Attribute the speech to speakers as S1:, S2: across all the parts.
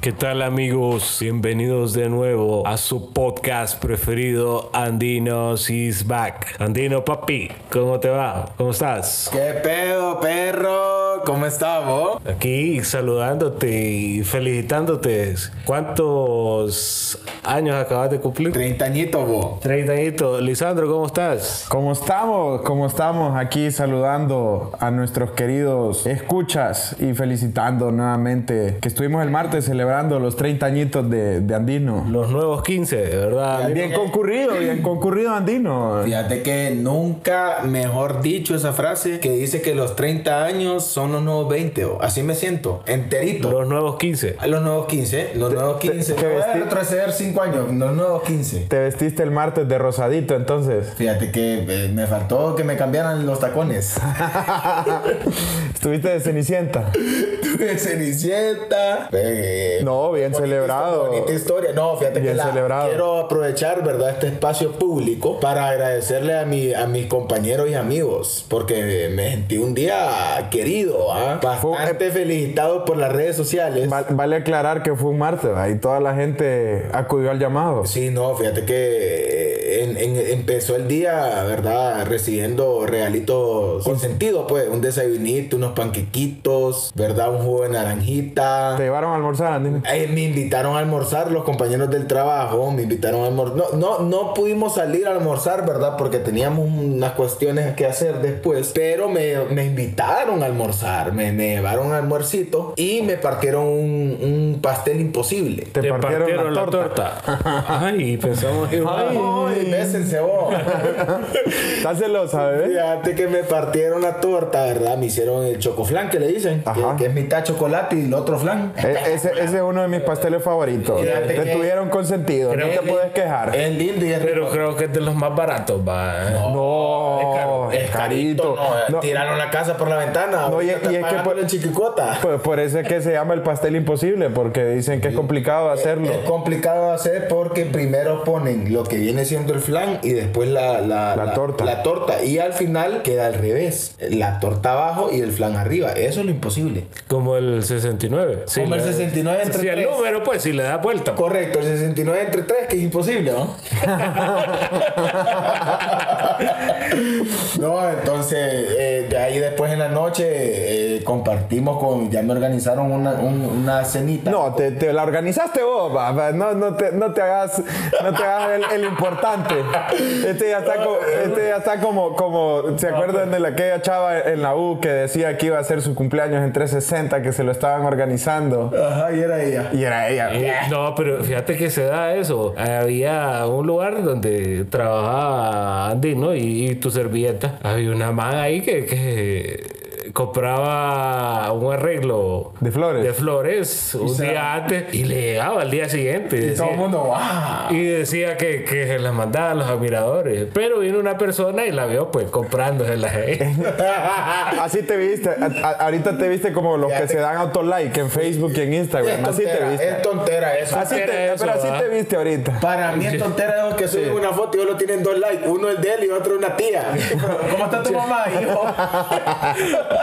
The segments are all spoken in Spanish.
S1: ¿Qué tal amigos? Bienvenidos de nuevo a su podcast preferido Andinos is back. Andino papi, ¿cómo te va? ¿Cómo estás?
S2: ¿Qué pedo, perro? ¿Cómo estamos?
S1: Aquí saludándote y felicitándote. ¿Cuántos años acabas de cumplir?
S2: Treintañito, bo.
S1: Treintañito. Lisandro, ¿cómo estás?
S3: ¿Cómo estamos? ¿Cómo estamos? Aquí saludando a nuestros queridos escuchas y felicitando nuevamente que estuvimos el martes celebrando los 30 añitos de, de Andino.
S1: Los nuevos 15, de ¿verdad?
S3: Bien concurrido, bien concurrido Andino.
S2: Fíjate que nunca mejor dicho esa frase que dice que los 30 años son los nuevos 20, bo. Así me siento, enterito.
S1: Los nuevos 15.
S2: A los nuevos 15, los nuevos 15.
S3: te
S2: Te voy a
S3: vestí-
S2: retroceder 5 años, los nuevos 15.
S3: Te vestiste el martes de rosadito entonces.
S2: Fíjate que eh, me faltó que me cambiaran los tacones.
S3: Estuviste de Cenicienta.
S2: Tuve Cenicienta. Eh,
S3: No, bien
S2: bonita
S3: celebrado.
S2: histo- Bonita historia. No, fíjate que
S3: Bien
S2: la-
S3: celebrado.
S2: quiero aprovechar, ¿verdad? Este espacio público para agradecerle a, mi, a mis compañeros y amigos porque me sentí un día querido, ¿ah? Bastante felicitado por las redes sociales.
S3: Va- vale aclarar que fue un martes ¿va? y toda la gente acudió al llamado.
S2: Sí, no, fíjate que eh, en- en- empezó el día, ¿verdad? Recibiendo regalitos con sentido, pues. Un desayunito, unos panquequitos, ¿verdad? Un jugo de naranjita.
S3: Te llevaron a almorzar, Andino.
S2: Eh, me invitaron a almorzar los compañeros del trabajo, me invitaron a almorzar. No, no, no pudimos salir a almorzar, ¿verdad? Porque teníamos unas cuestiones que hacer después. Pero me, me invitaron a almorzar, me, me llevaron a almuercito y me partieron un, un pastel imposible.
S3: Te, partieron, la torta.
S1: torta. Ay, pensamos igual.
S2: ¡Ay, bésense vos!
S3: Estás celosa, bebé.
S2: Fíjate que me partieron la torta, ¿verdad? Me hicieron el chocoflan que le dicen, que,
S3: Ajá.
S2: que es mitad chocolate y el otro flan.
S3: E- Ese, ese es uno de mis pasteles favoritos.
S2: Fíjate que-
S3: Te tuvieron consentido, no
S1: Creo
S3: te
S1: que-
S3: puedes quejar.
S2: Es lindo y es rico.
S1: Pero creo que es de los más baratos, va. ¿eh?
S3: No,
S2: Es carito. No,
S3: Pues,
S2: eh,
S3: No,
S2: Tiraron la casa por la ventana.
S3: No, y-
S2: ahorita están
S3: y es que
S2: pagando
S3: por-
S2: en chiquicota.
S3: Por, por eso es que se llama el pastel imposible, porque dicen que es complicado hacerlo.
S2: Es complicado de hacer porque primero ponen lo que viene siendo el flan y después la, la,
S3: La torta.
S2: La torta. Y al final queda al revés. La torta abajo y el flan arriba. Eso es lo imposible.
S1: Como el 69. Sí,
S2: Como el
S1: le-
S2: 69 entre
S1: Sí, el
S2: tres.
S1: número, pues, si le da vuelta.
S2: Correcto, el 69 entre 3, que es imposible, ¿no? no, entonces, eh, de ahí después en la noche eh, compartimos con. Ya me organizaron una, un- una cenita.
S3: No, te, te la organizaste vos, papá. No, no, te, no te hagas, no te hagas el, el importante. Este ya está, co- este ya está como, como, ¿se acuerdan de la aquella chava en la U que decía que iba a hacer su cumpleaños en 360, que se lo estaban organizando?
S2: Ajá, y era ella.
S3: Y era
S1: Eh,
S3: ella.
S1: No, pero fíjate que se da eso. Había un lugar donde trabajaba Andy, ¿no? Y, y tu servilleta. Había una man ahí que, que compraba un arreglo
S3: De flores.
S1: de flores un
S2: se
S1: día antes y le llegaba al día siguiente.
S2: Y todo el mundo, ¡ah!
S1: Y decía que, que se las mandaban los admiradores. Pero vino una persona y la vio pues comprándoselas.
S3: Ah, Así te viste. A- a- ahorita te viste como los que se dan autolike en Facebook y en Instagram. Así te
S2: tontera,
S3: viste.
S2: es tontera eso.
S3: Así te,
S1: eso,
S3: pero así
S1: ¿ah?
S3: te viste ahorita.
S2: Para mí es tontera eso que suben una foto y solo tienen dos likes. Uno es de él y otro una tía. ¿Cómo está tu mamá, hijo?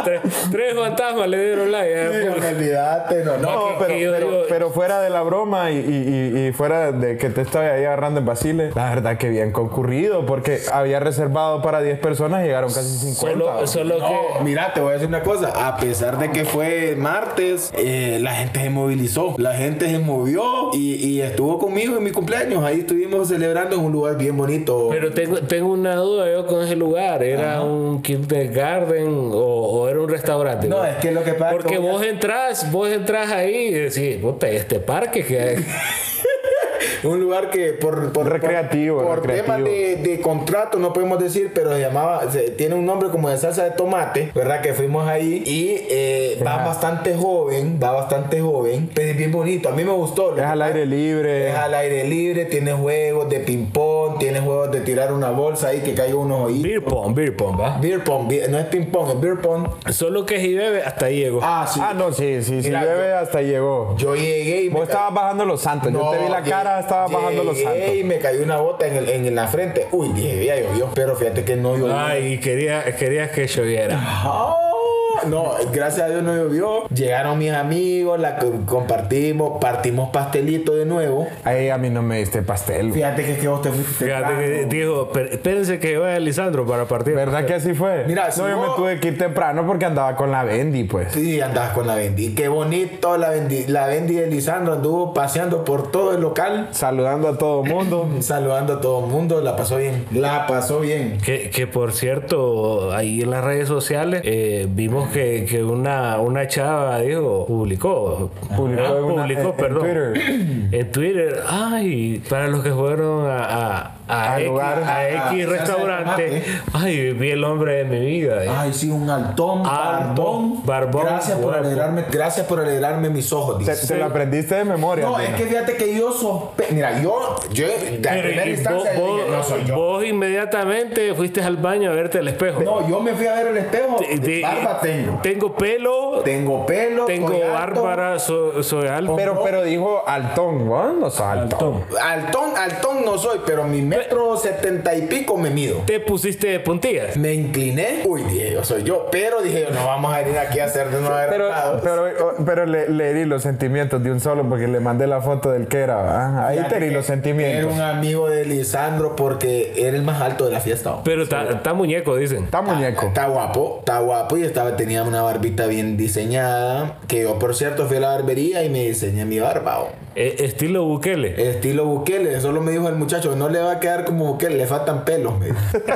S1: tres, tres fantasmas le dieron like. eh, por-
S2: Olvídate, no, no.
S3: No,
S1: que-
S3: pero,
S1: que yo
S3: pero-
S1: digo-
S3: pero fuera de la broma y, y- y- y fuera de que te estoy ahí agarrando en Basile, la verdad que bien concurrido, porque había reservado para 10 personas y llegaron casi
S1: Solo,
S3: 50.
S1: solo que.
S2: No, mira, te voy a decir una cosa. A pesar de que fue martes, eh, la gente se movilizó, la gente se movió y, y estuvo conmigo en mi cumpleaños. Ahí estuvimos celebrando en un lugar bien bonito.
S1: Pero tengo, tengo una duda yo con ese lugar. ¿Era un kindergarten o, o era un restaurante?
S2: no,
S1: güey?
S2: es que lo que pasa
S1: Porque
S2: es que
S1: vos entras, vos entras ahí y decís, puta, este parque que hay.
S2: un lugar que por, por
S3: Recreativo,
S2: por, por
S3: recreativo.
S2: temas de, de contrato no podemos decir pero se llamaba se- tiene un nombre como de salsa de tomate verdad que fuimos ahí y eh, va
S3: Ajá.
S2: bastante joven va bastante joven pero es bien bonito a mí me gustó
S3: Es al aire libre.
S2: es al aire libre tiene juegos de ping pong tiene juegos de tirar una bolsa ahí que caiga unos oídos
S1: beer pong, beer pong, va.
S2: beer pong bi- no es ping pong es beer pong
S1: Solo que si bebe, hasta ahí llegó.
S2: ah sí
S3: Ah, no, sí, sí, sí,
S2: Mira,
S3: llueve hasta llegó.
S2: yo llegué y me
S3: Vos estabas bajando los santos, yo te vi la
S2: llegué-
S3: cara, estabas bajando los
S2: llegué
S3: santos.
S2: Y me cayó una bota en, el- en la frente. Uy, dije, ya llovió. Pero fíjate que no llovió.
S1: Ay, quería, querías que lloviera.
S2: Ah, no, gracias a Dios no llovió. Llegaron mis amigos, la co- compartimos, partimos pastelito de nuevo.
S3: Ay, a mí no me diste pastel. güey.
S2: Fíjate que, es que vos te fuiste.
S1: Fíjate que
S2: temprano.
S1: dijo, "Per- espérense que vaya Lisandro para partir.
S3: ¿Verdad que así fue?
S2: Mira,
S3: no,
S2: si
S3: yo me
S2: vos-
S3: tuve que ir temprano porque andaba con la Bendy, pues.
S2: Sí, andabas con la Bendy. Qué bonito la Bendy. La Bendy de Lisandro anduvo paseando por todo el local.
S3: Saludando a todo el mundo.
S2: Saludando a todo el mundo, la pasó bien. La pasó bien.
S1: Que, que, por cierto, ahí en las redes sociales eh, vimos que, que una, una chava dijo, publicó,
S3: Publicó
S1: Ah,
S3: en una-
S1: publicó,
S3: en- en
S1: perdón,
S3: Twitter.
S1: en Twitter, ay, para los que fueron a, a, a
S3: Al
S1: X,
S3: lugar,
S1: a
S2: a-
S1: X
S2: a- se hace
S1: restaurante,
S2: tomate.
S1: ay, vi el hombre de mi vida. dijo.
S2: Ay, sí, un altón,
S1: Alto,
S2: barbón.
S1: barbón,
S2: Gracias por,
S1: guapo.
S2: alegrarme, gracias por alegrarme mis ojos,
S3: Te,
S2: dice.
S3: te lo aprendiste de memoria.
S2: No, es
S3: Andino.
S2: que fíjate que yo sospe... Mira, yo, yo de
S1: Pero,
S2: primera
S1: y
S2: instancia
S1: vos,
S2: dije, no soy yo.
S1: vos inmediatamente fuiste al baño a verte al espejo.
S2: No, yo me fui a ver el espejo.
S1: Te- te-
S2: barba tengo.
S1: Tengo pelo,
S2: Tengo pelo.
S1: tengo
S2: soy alto.
S1: bárbara, soy, soy alto.
S3: Pero, pero dijo altón, ¿no? No sos altón.
S1: Altón.
S2: Altón, altón no soy, pero mi metro setenta y pico me mido.
S1: Te pusiste de puntillas.
S2: Me incliné. Uy, dije yo, soy yo. Pero dije yo, no vamos a venir aquí a hacer de nuevo
S3: Pero,
S2: agarrados.
S3: pero, oh, pero le, le herí los sentimientos de un solo porque le mandé la foto del que era. ¿va? Ahí te
S2: Fíjate
S3: herí
S2: que
S3: los
S2: Era
S3: sentimientos.
S2: un amigo de Lisandro porque era el más alto de la fiesta. ¿o?
S1: Pero está está muñeco, dicen.
S3: Está muñeco.
S2: Está guapo, está guapo y estaba, tenía una barbita bien diseñada. Que yo, por cierto, fui a la barbería y me diseñé mi barba. ¿o?
S1: Eh, estilo Bukele.
S2: Estilo Bukele, solo me dijo el muchacho, no le va a quedar como Bukele, le faltan pelos. me dijo.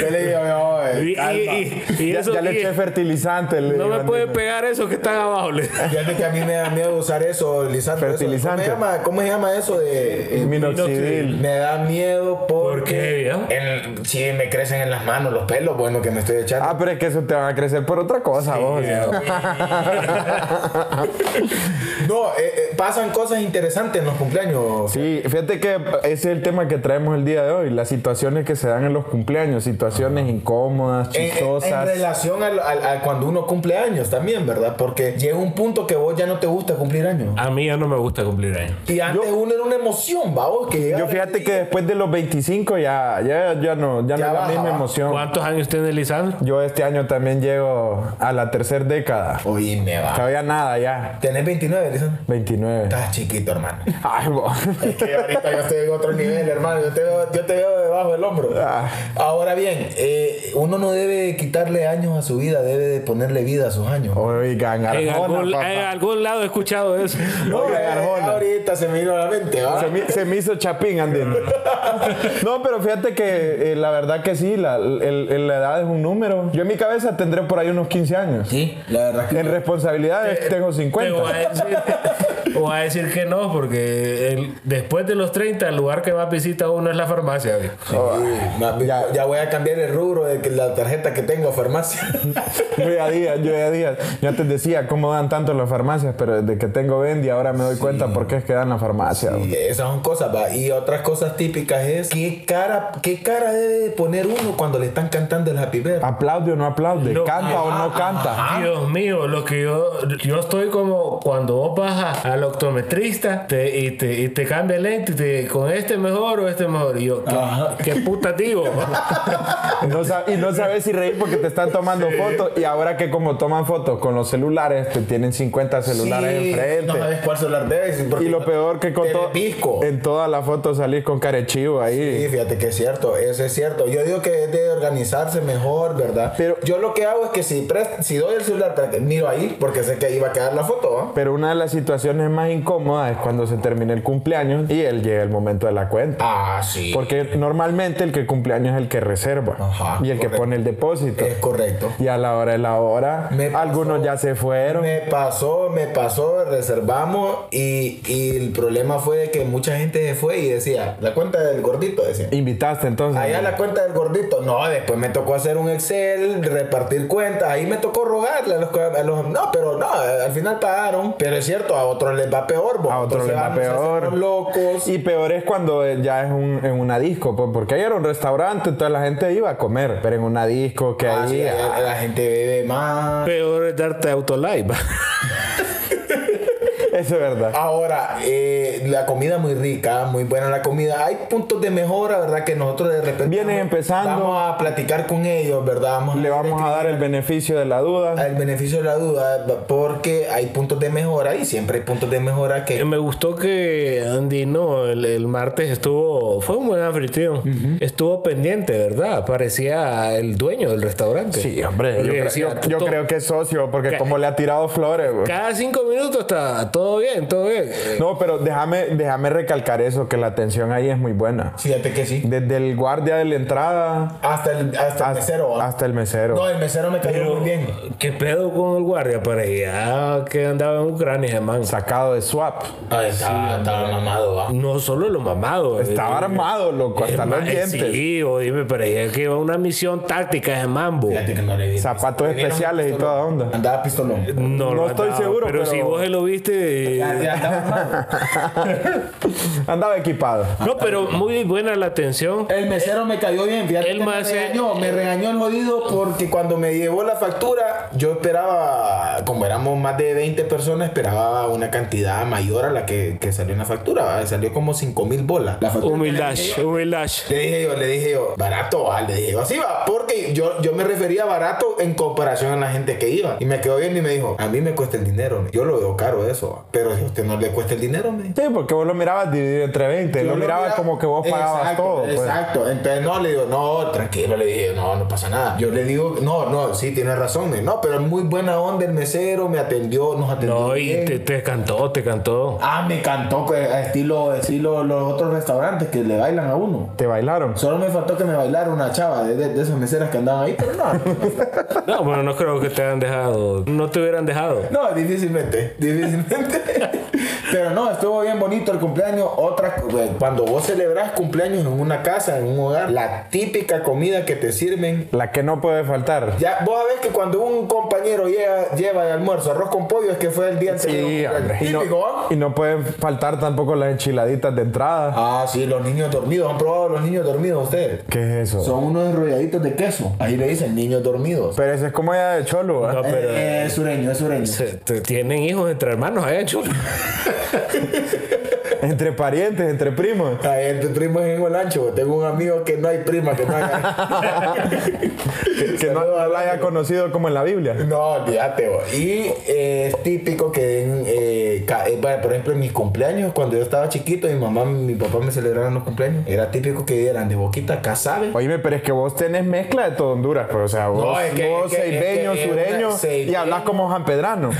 S2: Yo le digo, "No, eh,
S1: Y- y-
S2: calma".
S1: y- y
S3: Ya,
S1: eso-
S3: ya le
S1: y-
S3: eché fertilizante. le
S1: no me
S3: mandé.
S1: puede pegar eso que están abajo. le-
S2: Fíjate que a mí me da miedo usar eso, Lisandro. eso.
S3: Fertilizante.
S2: ¿Cómo se llama, cómo se llama eso de...? eh,
S3: Minoxidil.
S2: me da miedo porque...
S1: ¿Por qué,
S2: en- sí, me crecen en las manos los pelos, bueno, que me estoy echando.
S3: Ah, pues, pero es que eso te va a crecer por otra cosa, vos.
S2: No, eh, eh, pasan cosas interesantes en los cumpleaños.
S3: Sí, fíjate que ese es el tema que traemos el día de hoy, las situaciones que se dan en los cumpleaños, situaciones incómodas,
S2: En, en- en
S3: chistosas.
S2: relación al- al- a cuando uno cumple años también, ¿verdad? Porque llega un punto que vos ya no te gusta cumplir años.
S1: A mí ya no me gusta cumplir años.
S2: Y antes uno era una emoción, ¿va? Vos, que
S3: Yo
S2: llegaba-
S3: fíjate que después de los 25 ya, ya, ya no, ya, no
S2: Ya
S3: es la
S2: baja,
S3: misma
S2: baja.
S3: emoción.
S1: ¿Cuántos años tiene Lisandro?
S3: Yo este año también llego a la tercera década.
S2: Oíme, va.
S3: Todavía nada, ya.
S2: Tenés 29, Lisandro.
S3: 29.
S2: Estás chiquito, hermano.
S3: Ay, bo.
S2: Es que ahorita yo estoy en otro nivel, hermano. Yo te veo, yo te veo debajo del hombro.
S3: Ah.
S2: Ahora bien, eh, uno no debe quitarle años a su vida, debe de ponerle vida a sus años.
S3: Oigan,
S1: En algún,
S3: Arjona,
S1: en
S3: papá.
S1: algún lado he escuchado eso.
S2: No,
S3: Oigan,
S2: eh,
S3: Arjona.
S2: ahorita se me vino a la mente, ¿va?
S3: Se me, se me hizo chapín, Andino. No, pero fíjate que eh, la verdad que sí, la, el- el- la edad es un número. Yo en mi cabeza tendré por ahí unos 15 años.
S2: Sí, la verdad es que
S3: En responsabilidades tengo
S1: Te voy a
S3: 50.
S1: decir, voy a decir que no, porque el- después de los 30, el lugar que más visita uno es la farmacia. viejo.
S2: Sí, ma- Oh, ya. voy a cambiar el rubro de que la tarjeta que tengo a farmacia.
S3: Yo ya días, yo ya días. Yo antes decía cómo dan tanto en las farmacias, pero desde que tengo Bendy ahora me doy cuenta por qué es que dan en la farmacia.
S2: Y esas son cosas, va. Y otras cosas típicas es qué cara, qué cara debe de poner uno cuando le están cantando el happy birthday.
S3: ¿Aplaude o no aplaude?
S1: No,
S3: ¿Canta o no canta?
S1: Ah, Dios mío, lo que yo, yo estoy como cuando vos vas a- al optometrista te- y, te, y te cambia el lente y te con este mejor o este mejor. Y yo, ¿qué, qué puta digo?
S3: No sa- y no sabes si reír porque te están tomando fotos. Y ahora que como toman fotos con los celulares, te tienen 50 celulares
S2: Sí, No
S3: enfrente.
S2: sabes cuál celular debes. porque
S3: y lo peor que Eh, con
S2: te
S3: todo.
S2: despisco.
S3: En todas las fotos salís con carechivo ahí.
S2: Sí, fíjate que es cierto, eso es cierto. Yo digo que es de organizarse mejor, ¿verdad?
S3: Pero-
S2: yo lo que hago es que si, pres- si doy el celular para que miro ahí, porque sé que ahí va a quedar la foto, ¿ah? ¿va?
S3: Pero una de las situaciones más incómodas es cuando se termina el cumpleaños y él llega el momento de la cuenta.
S2: Ah, sí.
S3: Porque normalmente el que cumpleaños es el que reserva
S2: Ajá,
S3: y el que
S2: correcto.
S3: pone el depósito.
S2: Es correcto.
S3: Y a la hora de la hora,
S2: Me pasó.
S3: algunos ya se fueron.
S2: Me pasó, me pasó, reservamos y, y el problema fue de que mucha gente se fue y decía, la cuenta del gordito, decía.
S3: Invitaste entonces.
S2: Allá la cuenta del gordito. No, después me tocó hacer un Excel, repartir cuentas. Ahí me tocó rogarle a los, a los- No, pero no, al final pagaron. Pero es cierto, a otros les va peor. vos.
S3: A otros
S2: Entonces
S3: les va
S2: vamos a hacer
S3: peor.
S2: los locos.
S3: Y peor es cuando ya es un- en una disco, pues, porque ahí era un restaurante, toda la gente iba a comer, pero en una disco que
S2: Ah, sí,
S3: ahí...
S2: la, la gente bebe más.
S1: Peor es darte autolive.
S3: Es Eso es verdad.
S2: Ahora, eh, la comida muy rica, muy buena la comida. Hay puntos de mejora, ¿verdad? Que nosotros de repente.
S3: Vienen
S2: vamos-
S3: empezando.
S2: Vamos a platicar con ellos, ¿verdad? Vamos
S3: Le vamos a dar el beneficio de la duda.
S2: el beneficio de la duda, porque hay puntos de mejora y siempre hay puntos de mejora
S3: Em-
S2: que.
S1: Eh, Me gustó que Andy, no, el, el martes estuvo, fue un buen anfitrión, estuvo pendiente, ¿verdad? Parecía el dueño del restaurante.
S3: Sí, hombre. Yo,
S1: Porque
S3: creo-
S1: decía,
S3: yo- yo
S1: "Puto,
S3: creo que es socio, porque
S1: Ca-
S3: como le ha tirado flores, güey.
S1: Cada cinco minutos está todo bien, todo bien.
S3: No, pero déjame, déjame recalcar eso, que la atención ahí es muy buena.
S2: Fíjate que sí.
S3: Desde el guardia de la entrada
S2: Hasta el, hasta el mesero. ¿va?
S3: hasta el mesero.
S2: No, el mesero me cayó muy bien.
S1: ¿Qué pedo con el guardia? Parecía que andaba en Ucrania, man.
S3: Sacado de swap.
S2: Ah, estaba, estaba mamado, ¿ah? va.
S1: No solo lo mamado.
S3: Estaba
S1: eh,
S3: armado, loco, hasta
S1: el
S3: los
S1: maje,
S3: dientes.
S1: Sí, o dime, parecía que iba a una misión táctica de mambo.
S2: Fíjate que no le vi.
S3: Zapatos
S2: Le dieron
S3: especiales y
S2: pistolón.
S3: toda onda.
S2: Andaba pistolón.
S1: No, lo
S3: No estoy
S1: andaba,
S3: seguro,
S1: Pero,
S3: pero-
S1: si vos lo viste. eh,
S2: Ya- ya andaba mamado.
S3: Andaba equipado.
S1: No, pero muy buena la atención.
S2: El mesero me cayó bien, fíjate.
S1: El
S2: que me
S1: más- eh,
S2: regañó, me regañó el jodido porque cuando me llevó la factura, yo esperaba, como éramos más de 20 personas, esperaba una cantidad mayor a la que, que salió en la factura. ¿va? Salió como 5 mil bolas. La factura.
S1: Humildad, humildad.
S2: Le dije yo, le dije yo, barato, va, le dije yo, así va, porque yo, yo me refería a barato en comparación a la gente que iba. Y me quedó bien y me dijo, a mí me cuesta el dinero, yo lo veo caro eso, va, pero si a usted no le cuesta el dinero, me dijo.
S3: Sí, porque vos lo mirabas dividido entre 20.
S2: Yo
S3: Lo mirabas
S2: miraba-
S3: como que vos pagabas
S2: Exacto,
S3: todo. pues.
S2: Exacto. Entonces, no, le digo, no, tranquilo, le dije, no, no pasa nada. Yo le digo, no, no, sí, tienes razón. me- No, pero es muy buena onda el mesero, me atendió, nos atendió.
S1: No, y
S2: bien.
S1: te, te cantó, te cantó.
S2: Ah, me cantó que- a estilo, estilo los otros restaurantes que le bailan a uno.
S3: Te bailaron.
S2: Solo me faltó que me bailara una chava de, de- de esas meseras que andaban ahí, pero no.
S1: No, bueno, no creo que te hayan dejado. No te hubieran dejado.
S2: No, difícilmente, difícilmente. Pero no, estuvo bien bonito el cumpleaños. Otra, cuando vos celebrás cumpleaños en una casa, en un hogar, la típica comida que te sirven
S3: La que no puede faltar.
S2: Ya, vos sabés que cuando un compañero lleva, lleva de almuerzo arroz con pollo es que fue el día anterior.
S3: Sí, hombre. Y no,
S2: Típico, ¿ah?
S3: y no pueden faltar tampoco las enchiladitas de entrada.
S2: Ah, sí, los niños dormidos. ¿Han probado los niños dormidos ustedes?
S3: ¿Qué es eso?
S2: Son unos enrolladitos de queso. Ahí le dicen niños dormidos.
S3: Pero eso es como ella de cholo, ¿eh?
S1: No,
S2: Eh,
S1: pero.
S2: eh, es sureño, es sureño.
S1: se- te- tienen hijos entre hermanos ¿eh, allá en Chulo.
S3: entre parientes, entre primos.
S2: Ay, entre primos en el ancho. Tengo un amigo que no hay prima que no haya.
S3: Que no
S2: Saludos al
S3: la haya
S2: Ángel.
S3: conocido como en la Biblia.
S2: No, olvídate, bo. Y eh, es típico que, en, eh, ca- eh, vaya, por ejemplo, en mis cumpleaños, cuando yo estaba chiquito, mi mamá, mi papá me celebraron los cumpleaños. Era típico que eran de boquita, casabe.
S3: Oíme, pero es que vos tenés mezcla de todo Honduras, pues, o sea, vos,
S2: es que-
S3: vos
S2: es que- es
S3: seibeño,
S2: que es una-
S3: sureño, y
S2: seibeño.
S3: hablas como Pedrano.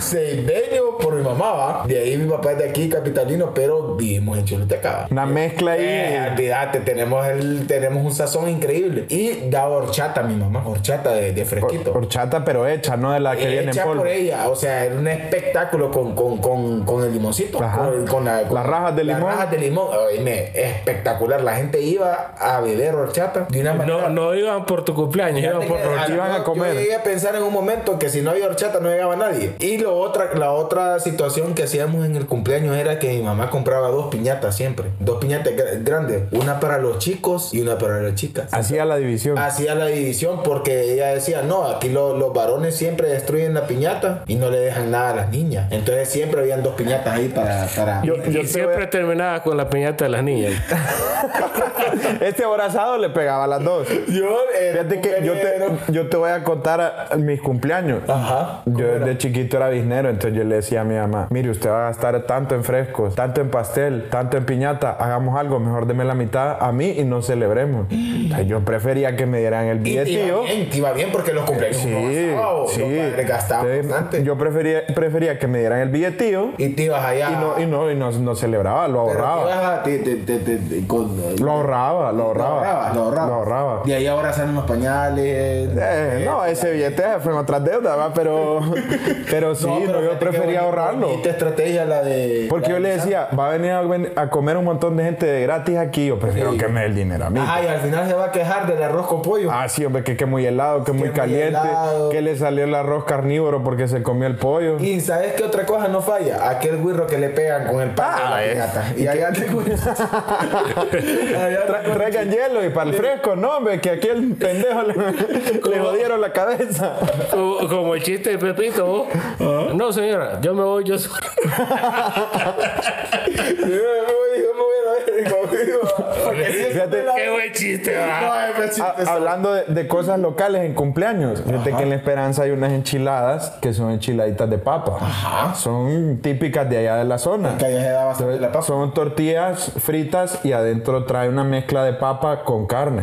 S2: Seibeño por mi mamá, ¿va? De ahí mi papá es de aquí, capitalino, pero vivimos en Choluteca. ¿va?
S3: Una mezcla ahí.
S2: Eh, olvídate, tenemos, el, tenemos un sazón increíble. Y da horchata mi mamá, horchata de, de fresquito.
S3: horchata, pero hecha, no de la que viene en
S2: Hecha
S3: polvo.
S2: Eh, por ella, o sea, era un espectáculo con, con, con, con el limoncito,
S3: Ajá.
S2: con, con la- con
S3: Las rajas de limón.
S2: Las rajas de limón, oíme, espectacular. La gente iba a beber horchata de una
S1: No,
S2: manera.
S1: no iban por tu cumpleaños, iban por
S2: Ah,
S3: iban a
S2: yo-
S3: comer.
S2: Yo llegué a pensar en un momento que si no había horchata no llegaba nadie. Y lo otra, la otra situación que hacíamos en el cumpleaños era que mi mamá compraba dos piñatas siempre. Dos piñatas gra- grandes. Una para los chicos y una para las chicas
S3: Hacía la división.
S2: hacía la división porque ella decía, no, aquí lo- los varones siempre destruyen la piñata y no le dejan nada a las niñas. Entonces siempre habían dos piñatas ahí para... para...
S3: Yo-
S1: Y
S3: yo te
S1: siempre
S3: voy a-
S1: terminaba con la piñata de las niñas.
S3: Este abrazado le pegaba a las dos.
S2: Yo, eh,
S3: Fíjate que yo te, yo te voy a contar a- a mis cumpleaños.
S2: Ajá.
S3: Yo desde chiquito era bisnero, entonces yo le decía a mi mamá, mire, usted va a gastar tanto en frescos, tanto en pastel, tanto en piñata, hagamos algo, mejor deme la mitad a mí y no celebremos. Entonces, yo prefería que me dieran el
S2: Y te iba
S3: billetío.
S2: bien, te iba bien porque los cumpleaños
S3: Sí, sí.
S2: Le gastaban
S3: Entonces,
S2: bastante.
S3: Yo prefería, prefería que me dieran el billetío y
S2: y te ibas allá...
S3: no, y no, y no, no celebraba, lo
S2: Pero te
S3: ahorraba.
S2: ibas a- te- te- te- te- te- con-
S3: Lo ahorraba, lo
S2: lo
S3: ahorraba.
S2: ahorrabas, lo ahorrabas.
S3: Lo ahorraba.
S2: Y ahí ahora salen los pañales.
S3: Eh, no, ese billete se fue en otras deudas, ¿va? pero, pero sí,
S2: No,
S3: no,
S2: pero
S3: yo
S2: fíjate qué
S3: prefería
S2: bonita-
S3: ahorrarlo.
S2: bonita estrategia la de...
S3: Porque
S2: la
S3: yo
S2: de
S3: le decía, va a venir a, ven- a comer un montón de gente de gratis aquí, yo prefiero
S2: Sí.
S3: que me dé el dinero a mí.
S2: Ajá, y al final se va a quejar del arroz con pollo.
S3: Ah, sí, hombre, que, que muy helado, que muy
S2: muy
S3: caliente,
S2: helado.
S3: que le salió el arroz carnívoro porque se comió el pollo.
S2: Y sabes qué otra cosa no falla? Aquel güirro que le pegan con el pan
S3: Ah,
S2: a la
S3: eh.
S2: piñata. Y allá te Allá
S3: Tra-
S2: te-
S3: traigan hielo y para el fresco, no, hombre, que aquí el pendejo le, le jodieron la cabeza.
S1: Como como el chiste de Pepito. vos. No, señora, yo me voy yo solo.
S2: Yo me voy, yo me voy a ver conmigo. Porque si es
S3: Fíjate,
S2: la-
S1: Qué buen chiste, va.
S2: No, es
S3: Ha-
S2: chiste.
S3: hablando de, de cosas locales en cumpleaños, fíjate que en La Esperanza hay unas enchiladas que son enchiladitas de papa. Son típicas de allá de la zona.
S2: Que allá se da bastante la papa.
S3: Son tortillas fritas y adentro trae una mezcla de papa con carne.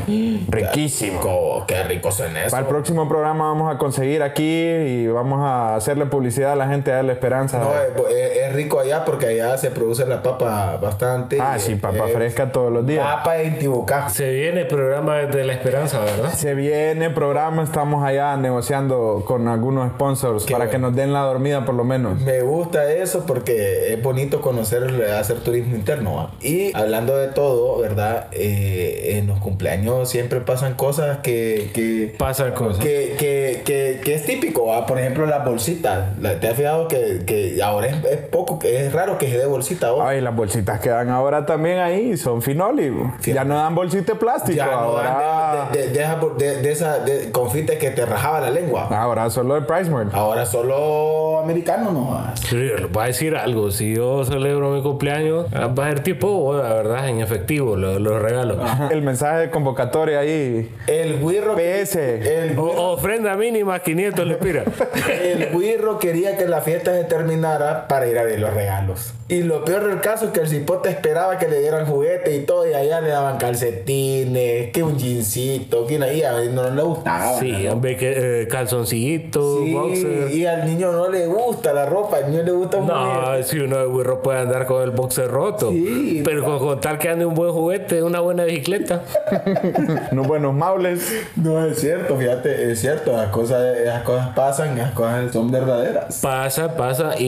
S3: Riquísimo.
S2: Rico, qué rico son eso.
S3: Para el próximo programa vamos a conseguir aquí y vamos a hacerle publicidad a la gente de La Esperanza.
S2: No, eh, es, es- es rico allá porque allá se produce la papa bastante.
S3: ah, sí, papa
S2: Eh,
S3: fresca todos los días.
S2: Papa en Tibucá.
S1: Se viene el programa de la esperanza, ¿verdad?
S3: Se viene programa, estamos allá negociando con algunos sponsors para que nos den la dormida por lo menos.
S2: Me gusta eso porque es bonito conocer, hacer turismo interno. ¿va? Y hablando de todo, ¿verdad? Eh, en los cumpleaños siempre pasan cosas que... que
S1: Pasan cosas.
S2: que, que, que, que es típico, ¿va? por ejemplo las bolsitas. La- ¿Te has fijado que, que ahora es, es poco, que es raro que se dé bolsita ahora?
S3: Ay, las bolsitas que dan ahora también ahí son finoli. Ya no dan bolsita de plástico.
S2: Ya no
S3: ahora,
S2: dan de, de, de, esa- de- de esa de confites que te rajaba la lengua.
S3: ahora solo de Pricemart.
S2: Ahora solo americano no
S1: Va a decir algo, si yo celebro mi cumpleaños, va a ser tipo boda, ¿verdad? En efectivo, lo- los regalos.
S2: Ah.
S3: El mensaje de convocatoria ahí.
S2: El güirro.
S3: PS.
S2: El,
S1: O- ofrenda mínima 500 le pira.
S2: el güirro quería que la fiesta se terminara para ir a ver los regalos. Y lo peor del caso es que el cipote esperaba que le dieran juguete y todo, y allá le daban calcetines, que un jeansito, que una, y a él no, le gustaba.
S1: Sí, hombre, que, eh, calzoncillito,
S2: Sí,
S1: boxer.
S2: y al niño no le gusta la ropa, al niño le gusta un juguete.
S1: No, si uno de burro puede andar con el boxer roto.
S2: Sí.
S1: pero con, con tal que ande un buen juguete, una buena bicicleta.
S3: Unos buenos maules.
S2: No, es cierto, fíjate, es cierto, las cosas, esas cosas pasan, las cosas son verdaderas.
S1: Pasa, pasa. Y,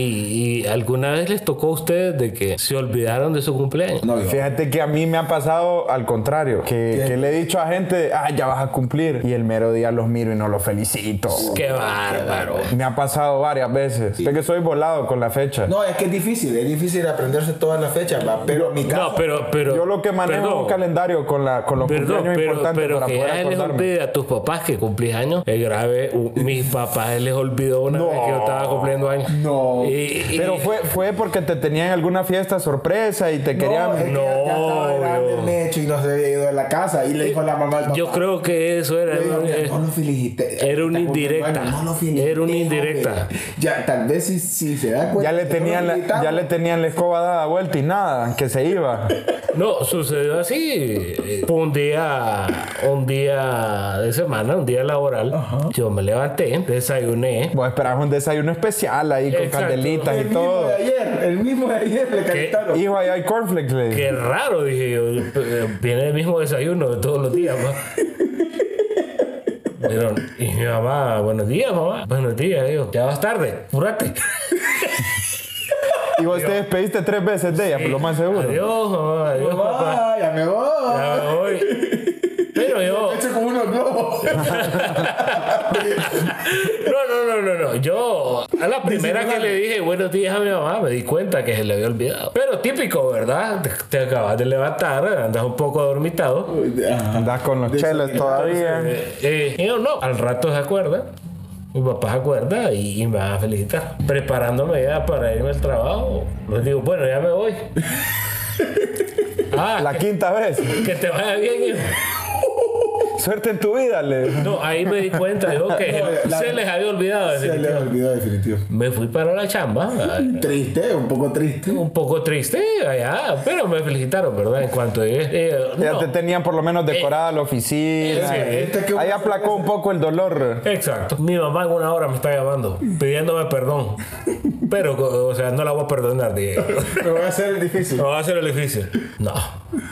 S1: y alguna vez les tocó a ustedes de que se olvidaron de su cumpleaños.
S2: No, yo-
S3: Fíjate que a mí me ha pasado al contrario. Que,
S2: ¿Qué?
S3: que le he dicho a gente, ah, ya vas a cumplir. Y el mero día los miro y no los felicito.
S1: Qué bárbaro.
S3: Me ha pasado varias veces. Sé que soy volado con la fecha.
S2: No, es que es difícil, es difícil aprenderse todas las fechas, va, pero en mi caso.
S1: No, pero, pero.
S3: Yo lo que manejo es un
S1: perdón,
S3: calendario con, la, con los
S1: Perdón,
S3: cumpleaños
S1: pero,
S3: importantes
S1: pero
S3: para
S1: que
S3: poder
S1: ya se les
S3: acordarme.
S1: olvide a tus papás que cumplís años es grave. U- Mis papás se les olvidó una vez que yo estaba cumpliendo años.
S2: No.
S1: Y- y-
S3: Pero fue, fue porque te tenían alguna fiesta sorpresa y te
S2: No, eh, es
S3: querían.
S2: que ya- ya estaba
S1: No,
S2: grande
S1: yo-
S2: el mecho y no se había ido de la casa. Y le dijo a la mamá al papá.
S1: Yo creo que eso era.
S2: Le dijo,
S1: era-
S2: "Mira, no lo felicité.
S1: era una
S2: Está con
S1: indirecta.
S2: tu hermano, no lo felicité,
S1: Era una
S2: hombre".
S1: indirecta.
S2: Ya, tal vez si, si se da cuenta.
S3: Ya le,
S2: que no pues, lo
S3: tenían la,
S2: felicitamos,
S3: ya le tenían la escoba dada vuelta y nada, que se iba.
S1: No, sucedió así. Fue Un día, un día de semana, un día laboral, yo me levanté, desayuné.
S3: Vos esperabas un desayuno especial ahí con
S1: Exacto.
S3: candelitas
S2: El
S3: y
S2: mismo
S3: todo.
S2: de ayer, el mismo de ayer le cantaron.
S3: Hijo, ahí hay cornflakes, le dije.
S1: Qué raro, dije yo. eh, Viene el mismo desayuno de todos los días, ma. Pero, y mi mamá, buenos días, mamá. Buenos días, digo. Ya vas tarde, apúrate.
S3: Y vos te despediste tres veces de ella, por lo más seguro.
S1: Adiós, mamá, adiós, papá.
S2: Ah, ya me voy.
S1: Ya me voy. Pero yo.
S2: Hecho como unos globos.
S1: No, no, no, no, no. Yo a la primera que le dije buenos días a mi mamá me di cuenta que se le había olvidado. Pero típico, ¿verdad? Te, te acabas de levantar, andas un poco dormitado.
S2: Ajá.
S3: Andás con los chelos todavía.
S1: Eh, eh, y yo no, al rato se acuerda. Mi papá se acuerda y, y me va a felicitar. Preparándome ya para irme al trabajo, les digo, bueno, ya me voy. Ah,
S3: La quinta vez.
S1: que te vaya bien. hijo.
S3: Suerte en tu vida, le dije.
S1: No, ahí me di cuenta, yo que
S2: la-
S1: se les había olvidado.
S2: Se le olvidó definitivo.
S1: Me fui para la chamba.
S2: Triste, un poco triste.
S1: un poco triste allá, pero me felicitaron, ¿verdad? En cuanto llegué. Eh,
S3: Ya
S1: no. Eh,
S3: te tenían por lo menos decorada la
S1: es
S3: oficina.
S1: que-
S2: Este que-
S3: Ahí aplacó un poco el dolor.
S1: Exacto. Mi mamá en una hora me está llamando, pidiéndome perdón. Pero, o sea, no la voy a perdonar, dije.
S2: Me voy a hacer el difícil.
S1: No va a hacer el difícil. No.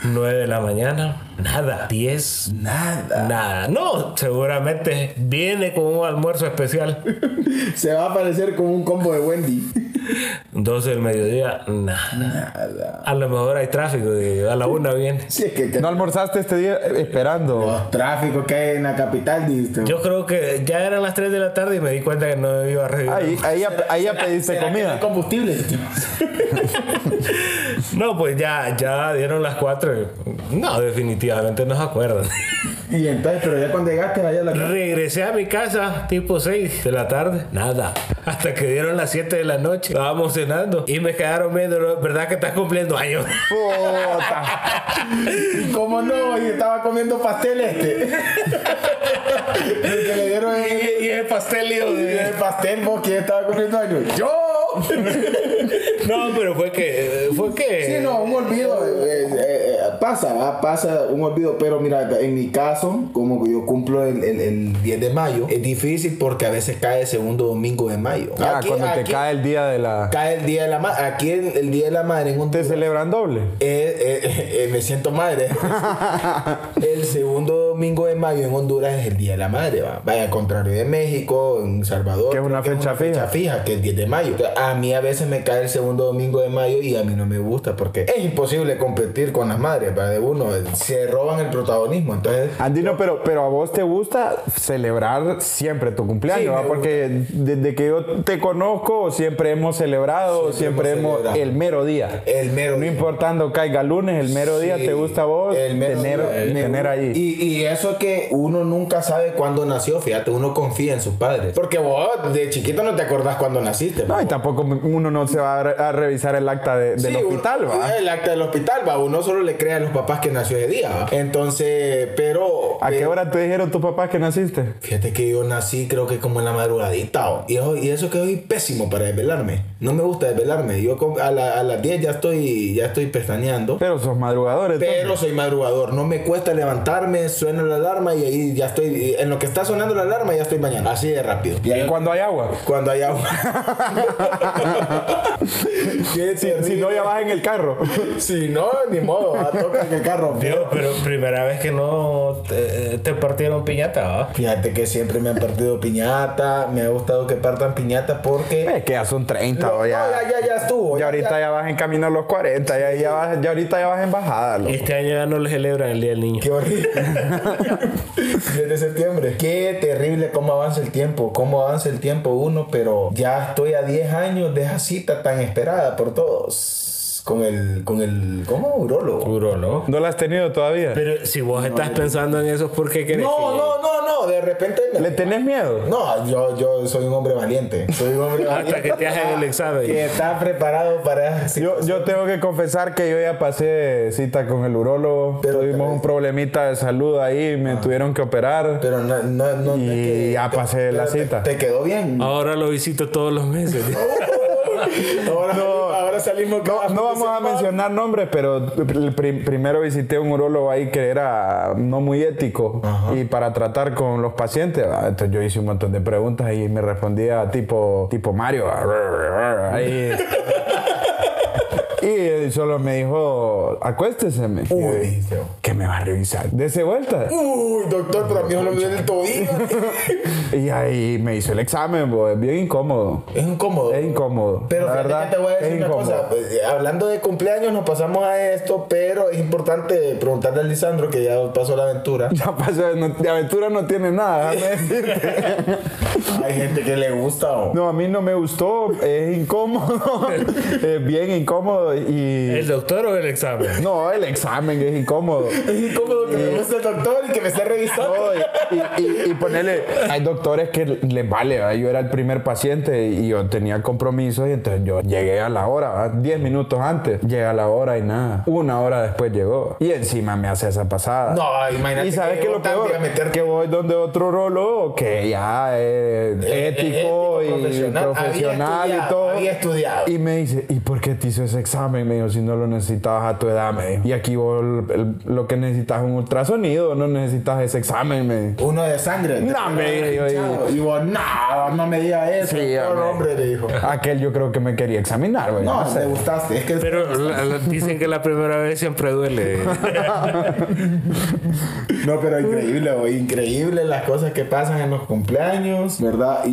S1: 9 de la mañana, nada. 10,
S2: Nada.
S1: nada. No, seguramente viene con un almuerzo especial.
S2: Se va a aparecer como un combo de Wendy.
S1: 12 del mediodía, nada. A lo mejor hay tráfico, de- a la una viene.
S2: Sí, es que, que-
S3: No almorzaste este día eh, esperando.
S2: los tráficos que hay en la capital, dijiste.
S1: Yo creo que ya eran las 3 de la tarde y me di cuenta que no iba a revivir.
S3: Ahí, ahí, ya- ahí ya pediste
S2: ¿Será que no hay
S3: comida.
S2: combustible.
S1: No, pues ya, ya dieron las 4. No, definitivamente no se acuerdan.
S2: y entonces, pero ya cuando llegaste allá a la
S1: Regresé a mi casa tipo 6 de la tarde, nada. Hasta que dieron las 7 de la noche, estábamos cenando y me quedaron viendo, ¿verdad que estás cumpliendo años?
S3: Puta.
S2: ¿Cómo no? Y estaba comiendo pastel este. el que le dieron
S1: y,
S2: el,
S1: y el pastel y yo,
S2: el pastel, vos, ¿quién estaba comiendo años? ¡Yo!
S1: No, pero fue que, fue que...
S2: Sí, no, un olvido. eh, eh, eh, pasa, va, pasa un olvido. Pero mira, en mi caso, como yo cumplo el, el- el 10 de mayo, es difícil porque a veces cae el segundo domingo de mayo.
S3: Ah,
S2: Aquí-
S3: cuando te
S2: aquí
S3: cae el día de la.
S2: cae el Día de la Madre. Aquí el, el Día de la Madre en un
S3: Te celebran doble.
S2: Eh, eh, eh, me siento madre. el segundo domingo de mayo en Honduras es el Día de la Madre, va. Vaya, al contrario de México, en Salvador.
S3: Que es una
S2: creo
S3: fecha fija.
S2: fija, que es el 10 de mayo. O sea, A mí a veces me cae el segundo domingo de mayo y a mí no me gusta porque es imposible competir con las madres, va, de uno. Se roban el protagonismo, entonces...
S3: Andino, pero, pero a vos te gusta celebrar siempre tu cumpleaños,
S2: Sí, me
S3: ¿va? porque desde que yo te conozco siempre hemos celebrado, siempre,
S2: Siempre
S3: hemos,
S2: hemos celebrado.
S3: el mero día.
S2: El mero
S3: No
S2: día.
S3: importando caiga lunes, el mero día
S2: Sí,
S3: te gusta a vos
S2: el mero
S3: tener,
S2: día, el-
S3: tener ahí.
S2: Y, y eso que uno nunca sabe cuándo nació, fíjate, uno confía en sus padres. Porque vos de chiquito no te acordás cuándo naciste.
S3: No,
S2: vos.
S3: y tampoco uno no se va a, re- a revisar el acta de- del
S2: Sí, uno-
S3: hospital, ¿va?
S2: El acta del hospital, va. Uno solo le cree a los papás que nació ese día, va. Entonces, pero.
S3: ¿A qué
S2: pero-
S3: hora te dijeron tus papás que naciste?
S2: Fíjate que yo nací, creo que como en la madrugadita, va. y, eso- y eso que hoy pésimo para desvelarme. No me gusta desvelarme. Yo con- a, la- a las 10 ya estoy, ya estoy pestañeando.
S3: Pero sos madrugadores.
S2: Pero soy madrugador, no me cuesta levantarme, suena la alarma y ahí ya estoy, en lo que está sonando la alarma ya estoy mañana, así de rápido. Y ahí
S3: Cuando hay agua.
S2: cuando hay agua. Qué
S3: Si, si no,
S2: terrible.
S3: ya vas en el carro.
S2: Si no, ni modo, va, toca que el carro.
S1: Dios, pero primera vez que no te, te partieron piñata, ¿va?
S2: Fíjate que siempre me han partido piñata, me ha gustado que partan piñata porque...
S3: Es que ya son 30,
S2: No,
S3: o ya.
S2: ya, ya, ya estuvo.
S3: Ya ahorita ya vas en camino a los 40, ya, ya, vas- ya ahorita ya vas en bajada. loco.
S1: Este año ya no le celebran el Día del Niño.
S2: Qué horrible. 10 de septiembre. Qué terrible cómo avanza el tiempo, cómo avanza el tiempo uno, pero ya estoy a 10 años de esa cita tan esperada por todos. Con el, con el, ¿cómo? Urólogo.
S1: Puro, ¿no?
S3: ¿No la has tenido todavía?
S1: Pero si vos estás pensando en eso, ¿por qué querés?
S2: No,
S1: que-
S2: no, no, no, de repente... me-
S3: ¿Le tenés miedo?
S2: No, yo, yo soy un hombre valiente. Soy un hombre
S1: Hasta
S2: valiente.
S1: que te hagan el examen.
S2: Que está preparado para... esa
S3: Yo, yo tengo que confesar que yo ya pasé cita con el urólogo.
S2: Pero
S3: Tuvimos
S2: te- Ah.
S3: un problemita de salud ahí, me tuvieron que operar.
S2: Pero no, no, no.
S3: Y
S2: no es que-
S3: ya
S2: te-
S3: pasé la
S2: te-
S3: cita. Ah.
S2: Te, quedó bien.
S1: Ahora lo visito todos los meses.
S2: Ahora, ahora salimos. cada
S3: No
S2: fin de
S3: vamos a
S2: semana.
S3: mencionar nombres, pero el pri- primero visité un urólogo ahí que era no muy ético y para tratar con los pacientes. ah, Entonces yo hice un montón de preguntas y me respondía tipo, tipo Mario. ah, ahí. Y él solo me dijo, acuéstese. me-
S2: Uy, dice.
S3: que me va a revisar. Dese vuelta.
S2: Uy, doctor, pero a mí no me duele el tobillo.
S3: Y ahí me hizo el examen, bo, es bien incómodo.
S2: es incómodo.
S3: Es incómodo.
S2: pero
S3: la
S2: fíjate
S3: verdad,
S2: que te voy a
S3: es
S2: decir una
S3: incómodo.
S2: cosa. Pues, eh, Hablando de cumpleaños, nos pasamos a esto, pero es importante preguntarle a Lisandro, que ya pasó la aventura.
S3: Ya pasó, no- de aventura no tiene nada, déjame decirte.
S2: Hay gente que le gusta. o-
S3: No, a mí no me gustó, es incómodo, es bien incómodo y...
S1: ¿El doctor o el examen?
S3: No, el examen es incómodo.
S2: Es incómodo que me guste el doctor y que me esté revisando.
S3: No, y, y- y- y ponerle, hay doctores que les vale, ¿verdad? yo era el primer paciente y yo tenía compromisos y entonces yo llegué a la hora, ¿verdad? 10 minutos antes, llegué a la hora y nada, una hora después llegó y encima me hace esa pasada.
S2: No, imagínate
S3: Ah, Y sabes que,
S2: que
S3: lo
S2: vos también
S3: peor,
S2: a meterte-
S3: que voy donde otro rolo que ya es
S2: Eh,
S3: ético,
S2: ético,
S3: y profesional,
S2: profesional. Había
S3: y todo.
S2: estudiado, había estudiado.
S3: Y me dice, ¿y por qué te hizo ese examen? Me dijo, si no lo necesitabas a tu edad, me dijo. Y aquí vos el- el- lo que necesitas es un ultrasonido, no necesitas ese examen, me dijo.
S2: Uno de sangre.
S3: No, me dijo, y-
S2: Y vos, no, no me digas eso.
S3: Sí,
S2: doctor,
S3: hombre.
S2: hombre, le dijo.
S3: Aquel yo creo que me quería examinar, güey.
S2: No, No,
S3: sé.
S2: me gustaste. Es que
S1: Pero la- la- dicen que la primera vez siempre duele.
S2: No, pero increíble, güey. Increíble las cosas que pasan en los cumpleaños, ¿verdad? ¿Y,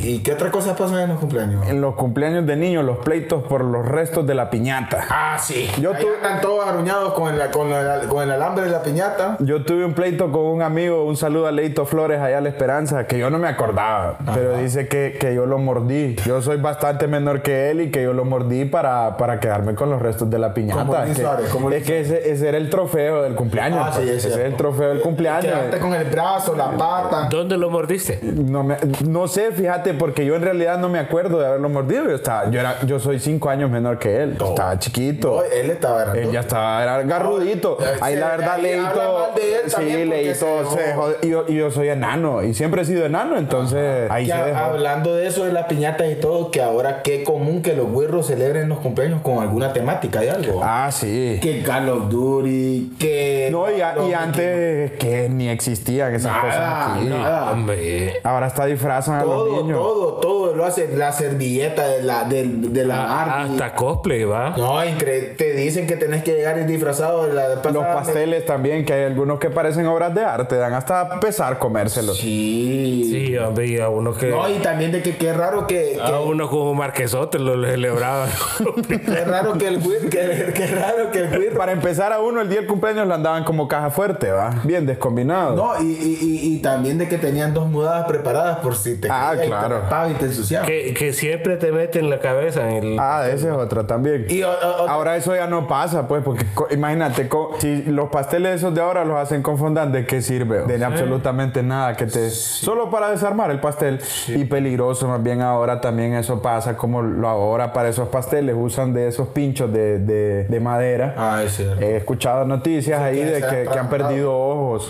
S2: y, y qué otras cosas pasan en los cumpleaños?
S3: En los cumpleaños de niños, los pleitos por los restos de la piñata.
S2: Ah, sí. Yo
S3: Yo
S2: Ahí
S3: tuve-
S2: andan todos aruñados con, la, con, la- con el alambre de la piñata.
S3: Yo tuve un pleito con un amigo, un saludo a Leito Flores allá a La Esperanza, que yo no me acordaba, pero dice que, que yo lo mordí. Yo soy bastante menor que él y que yo lo mordí para, para quedarme con los restos de la
S2: Como
S3: piñata.
S2: Luis
S3: Es que,
S2: Suárez, como Luis
S3: es que ese, ese era el trofeo del cumpleaños.
S2: Ah, sí,
S3: pues.
S2: es
S3: ese era el
S2: cierto.
S3: trofeo del cumpleaños.
S2: Quedarte con el brazo, la pata.
S1: ¿Dónde lo mordiste?
S3: No, me- no sé, fíjate, porque yo en realidad no me acuerdo de haberlo mordido. Yo, estaba, yo, era, yo soy cinco años menor que él. Estaba chiquito.
S2: Oye, él estaba agarrando.
S3: Él ya estaba, era garrudito.
S2: Eh,
S3: Ahí
S2: sí,
S3: la verdad
S2: ahí habla
S3: leíto.
S2: mal de él también
S3: Sí,
S2: porque
S3: leíto.
S2: se
S3: se
S2: dejó.
S3: jod- Y yo, y yo soy enano. Y siempre he sido enano, entonces ahí
S2: Que
S3: se
S2: a-
S3: dejó.
S2: hablando de eso, de las piñatas y todo, que ahora qué común que los güirros celebren los cumpleaños con alguna temática y algo.
S3: Ah, sí.
S2: Que Call of Duty, que.
S3: No, y, a- y
S2: los-
S3: antes que ni existían esas
S2: Nada,
S3: cosas aquí.
S1: No,
S2: nada.
S1: Ah, hombre.
S3: Ahora está disfrazan a los
S2: Todo,
S3: niños.
S2: todo, todo lo hace la servilleta de la, de, de la
S3: Ah,
S2: Barbie.
S1: Hasta cosplay, va.
S2: No, incre- te dicen que tenés que llegar disfrazado de la
S3: Los
S2: pasada-
S3: pasteles también, que hay algunos que parecen obras de arte, dan hasta pesar comérselos.
S2: Sí.
S1: Sí, hombre, y a uno que.
S2: No, y también de que qué raro que.
S1: A uno como marquesote lo lo celebraba.
S3: Ah.
S2: que- qué raro que el güir- que, que raro que el güir-
S3: Para empezar a uno el día del cumpleaños lo andaban como caja fuerte, ¿va? Bien descombinado.
S2: No, y, y, y, y también de que tenían dos mudadas preparadas por si te
S3: Ah,
S2: caía y
S3: claro.
S2: te tapaba y te ensuciaba.
S1: que, que siempre te mete en la cabeza. el-
S3: Ah, esa es otra también.
S2: Y o- o- o-
S3: Ahora eso ya no pasa, pues, porque co- imagínate, co- si los pasteles esos de ahora los hacen con fondant, ¿de qué sirve? De absolutamente nada, que te... Solo para desarmar el pastel. Y peligroso, más bien ahora también eso pasa, como lo ahora para esos pasteles usan de esos pinchos de, de- de madera.
S2: Ah, es cierto.
S3: He escuchado noticias ahí
S2: que
S3: de
S2: se han
S3: que, que han
S2: trasplantado.
S3: perdido ojos.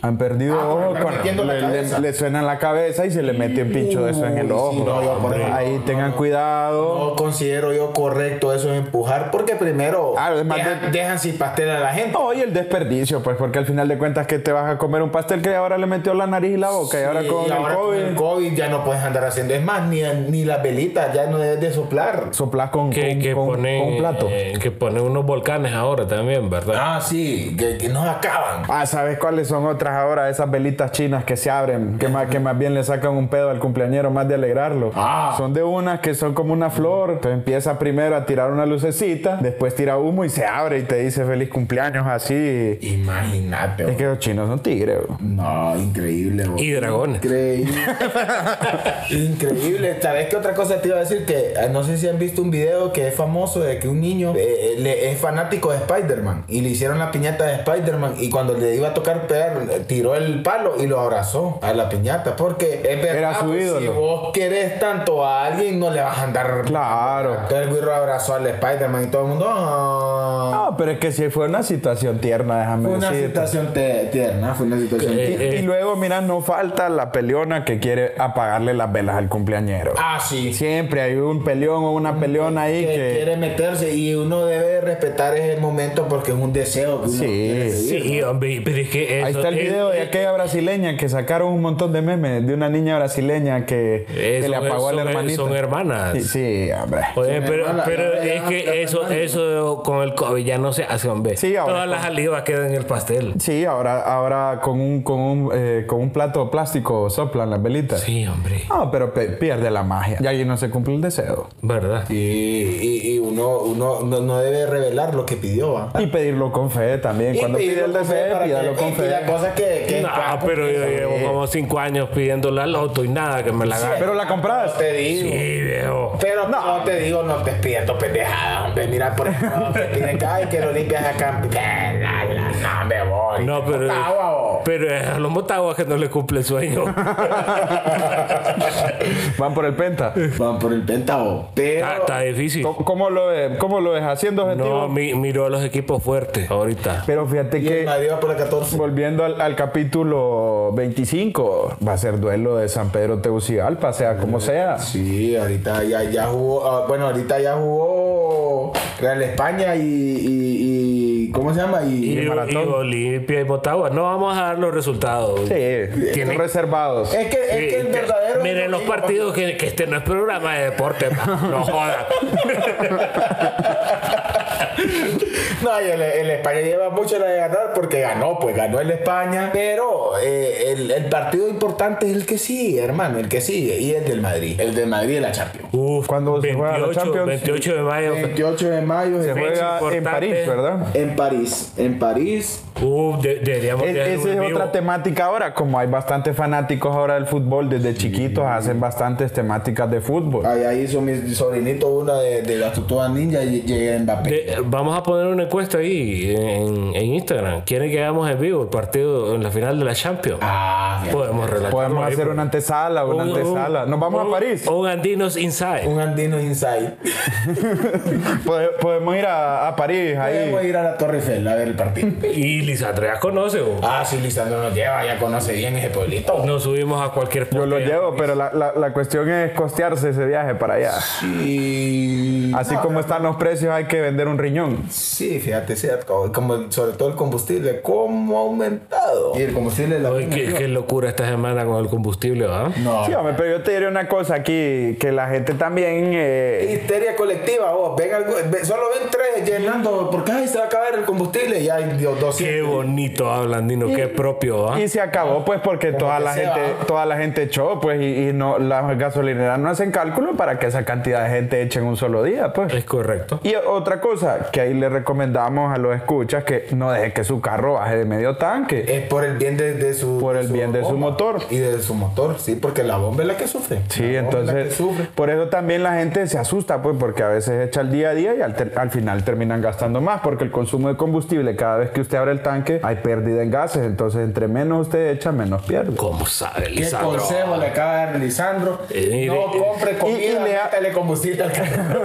S3: Han perdido
S2: Ah, porque
S3: ojos
S2: van metiendo
S3: cuando
S2: la
S3: le, le-
S2: cabeza.
S3: le suena la cabeza y se le mete un pincho de eso en el
S2: Uy, sí,
S3: ojo.
S2: no, yo por eso
S3: ahí tengan cuidado.
S2: No considero yo correcto eso de empujar, porque primero
S3: Ah, además de-
S2: dejan, dejan sin pastel a la gente.
S3: No, y el desperdicio, pues, porque al final de cuentas que te vas a comer un pastel que ahora le metió la nariz y la boca y ahora
S2: Y
S3: con el
S2: ahora con
S3: COVID
S2: el COVID ya no puedes andar haciendo. Es más, ni, ni las velitas ya no debes de soplar.
S3: soplas con,
S1: que,
S3: con-
S1: que
S3: con-
S1: ponen,
S3: con plato.
S1: eh, que ponen unos volcanes ahora también, ¿verdad?
S2: Ah, sí, que, que nos acaban.
S3: Ah, ¿sabes cuáles son otras ahora? Esas velitas chinas que se abren, que más, que más bien le sacan un pedo al cumpleañero más de alegrarlo.
S2: Ah.
S3: Son de unas que son como una flor. Entonces empieza primero a tirar una lucecita, después tira humo y se abre y te dice feliz cumpleaños así.
S2: Imagínate.
S3: Es
S2: bro.
S3: que los chinos son tigres. bro.
S2: No, increíble.
S3: Ah,
S2: bro.
S1: Y dragones.
S2: Increíble. Increíble. ¿Sabes qué otra cosa te iba a decir? Que eh, no sé si han visto un video que es famoso de que un niño eh, eh, le- es fanático de Spider-Man y le hicieron la piñata de Spider-Man y cuando le iba a tocar pegar, eh, tiró el palo y lo abrazó a la piñata porque es verdad,
S3: Era su
S2: pues,
S3: ídolo.
S2: si vos querés tanto a alguien, no le vas a andar.
S3: Claro.
S2: Entonces el güiro abrazó al Spider-Man y todo el mundo. "Ah".
S3: No, pero es que sí fue una situación tierna, déjame
S2: Fue una
S3: decirte.
S2: situación te- tierna, fue una situación
S3: Y,
S1: Eh,
S2: tierna.
S3: y luego, mira, no falta la peleona que quiere apagarle las velas al cumpleañero.
S2: Ah, sí.
S3: Siempre hay un peleón o una peleona ahí
S2: que
S3: que...
S2: quiere meterse y uno debe de respetar ese momento porque es un deseo que uno
S3: Sí.
S2: quiere seguir.
S1: Sí, hombre, pero es que eso- Eh,
S3: Ahí está el video de
S1: es-
S3: aquella brasileña que sacaron un montón de memes de una niña brasileña que,
S1: es-
S3: que le
S1: son-
S3: apagó al
S1: son- e-,
S3: hermanito.
S1: Son hermanas.
S3: Sí, sí, hombre.
S1: Oye,
S2: Sí,
S1: pero,
S2: hermana,
S1: pero
S2: ya, ya,
S1: es que
S2: ya, ya,
S1: eso,
S2: ya.
S1: eso con el COVID ya no se hace, hombre.
S3: Sí, ahora
S1: Todas
S3: con-
S1: las alivas quedan en el pastel.
S3: Sí, ahora, ahora con, un, con, un, eh, con un plato plástico soplan las velitas.
S1: Sí, hombre.
S3: No, pero pe- pierde la magia. Y ahí no se cumple el deseo.
S1: ¿Verdad?
S2: Y, y- y uno, uno no, no debe revelar lo que pidió. ¿va?
S3: Y pedirlo con fe también.
S2: Y
S3: Cuando pide
S2: pedirlo
S3: el
S2: con fe
S3: deseo,
S2: para que-
S3: pídalo
S2: y
S3: con fe.
S2: pida cosas que,
S3: Eh,
S2: que-
S1: No, pero yo llevo como cinco años pidiendo la loto y nada que me la gane.
S3: Pero la compras.
S2: No te digo.
S1: Sí, viejo.
S2: Pero no. te digo, no te pidas tu pendejada, hombre. Mira, por ejemplo, te piden que, ay, que lo limpias acá. La, la, no, me voy.
S1: No, pero,
S2: Agua, vos.
S1: pero es a los motaguas que no le cumple el sueño.
S3: Van por el penta.
S2: Van por el pentavo. Pero.
S1: está, está difícil.
S3: ¿Cómo, cómo lo ves? ¿Cómo lo ves? Haciendo objetivo.
S1: No, mi- miró a los equipos fuertes ahorita.
S3: Pero fíjate
S2: y el
S3: que
S2: Madrid va por la 14.
S3: volviendo al, al capítulo 25, va a ser duelo de San Pedro Tegucigalpa, sea como sea.
S2: Sí, ahorita ya, ya jugó. ah, bueno, ahorita ya jugó. Bilbao, Real España y, y- y- ¿cómo se llama?
S1: Y,
S2: Y,
S1: y
S3: maratón.
S1: Olimpia y Motagua. No vamos a dar los resultados.
S3: Sí,
S1: Tiene-
S3: son reservados.
S2: es que, es
S1: Sí,
S2: que el
S1: que-
S2: verdadero
S1: Miren los partidos que, que este no es programa de deporte, pa. no jodan.
S2: No, y el, el España lleva mucho la de ganar porque ganó, pues ganó el España. Pero eh, el, el partido importante es el que sigue, hermano, el que sigue. Y el del Madrid, el del Madrid de la Champions.
S1: Uf,
S3: Cuando se juega la
S1: 28,
S3: Champions.
S1: 28 de mayo.
S2: 28 de mayo
S3: Se juega en
S1: importante.
S3: París, ¿verdad?
S2: en París, en París.
S1: Uf, de- deberíamos
S3: Es-
S1: de hacer
S3: esa
S1: un
S3: E-, es
S1: en
S3: otra
S1: vivo.
S3: temática ahora, como hay bastantes fanáticos ahora del fútbol, desde chiquitos hacen bastantes temáticas de fútbol.
S1: Ah,
S2: Allá hizo mi sobrinito una de, de la tutuba ninja y llega Mbappé.
S1: De- vamos a poner una encuesta ahí en, en Instagram. ¿Quieren que hagamos en vivo el partido en la final de la Champions?
S2: Ah, mira.
S1: Podemos relatar.
S3: Podemos hacer
S1: pues.
S3: una antesala, una
S1: Un- un-
S3: antesala. Nos vamos
S1: un-
S3: a París.
S1: Un Andinos Inside.
S2: un andino inside.
S3: Pode- Podemos ir a, a París
S2: Podemos
S3: ahí.
S2: ir a la Torre Eiffel a ver el partido.
S1: Y Lisandreas conoce. bo.
S2: ah, sí, Lisandro nos lleva, ya conoce bien ese pueblito.
S1: Nos subimos a cualquier
S3: Yo lo
S1: podcast.
S3: llevo, pero la, la- la cuestión es costearse ese viaje para allá.
S2: Sí.
S3: Así
S2: No,
S3: como están los precios, hay que vender un riñón.
S2: Sí, fíjate, sí, como, como- sobre todo el combustible, ¿cómo ha aumentado? Y el combustible la
S1: Ay, qué, qué locura esta semana con el combustible, ¿va?
S2: No.
S3: Sí, hombre, pero yo te diré una cosa aquí, que la gente también... eh,
S2: Histeria colectiva, vos. Ven, algo- ve- solo ven tres llenando, porque ay, se va a acabar el combustible. Y hay Dios,
S1: Qué
S2: 200.
S1: bonito hablandino, qué propio, ¿va?
S3: Y se acabó, pues, porque toda
S2: que
S3: la,
S2: se
S3: gente,
S2: va.
S3: toda la gente echó, pues, y, y no, las gasolineras no hacen cálculo para que esa cantidad de gente eche en un solo día, pues.
S1: Es correcto.
S3: Y otra cosa que ahí le recomendamos a los escuchas que no deje que su carro baje de medio tanque.
S2: Es por el bien de, de su.
S3: Por el bien de su
S2: bomba.
S3: motor.
S2: Y de su motor, sí, porque la bomba es la que sufre.
S3: Sí,
S2: La bomba es la que
S3: entonces,
S2: sufre.
S3: por eso también la gente se asusta, pues, porque a veces echa el día a día y al, ter- al final terminan gastando más, porque el consumo de combustible, cada vez que usted abre el tanque, hay pérdida en gases, entonces entre menos usted echa, menos pierde.
S1: ¿Cómo sabe,
S2: ¿Qué
S1: Lisandro?
S2: consejo le acaba de dar Lisandro?
S1: Eh, mire,
S2: no
S1: eh,
S2: compre comida,
S3: y- y le ha-
S2: métale combustible al carro.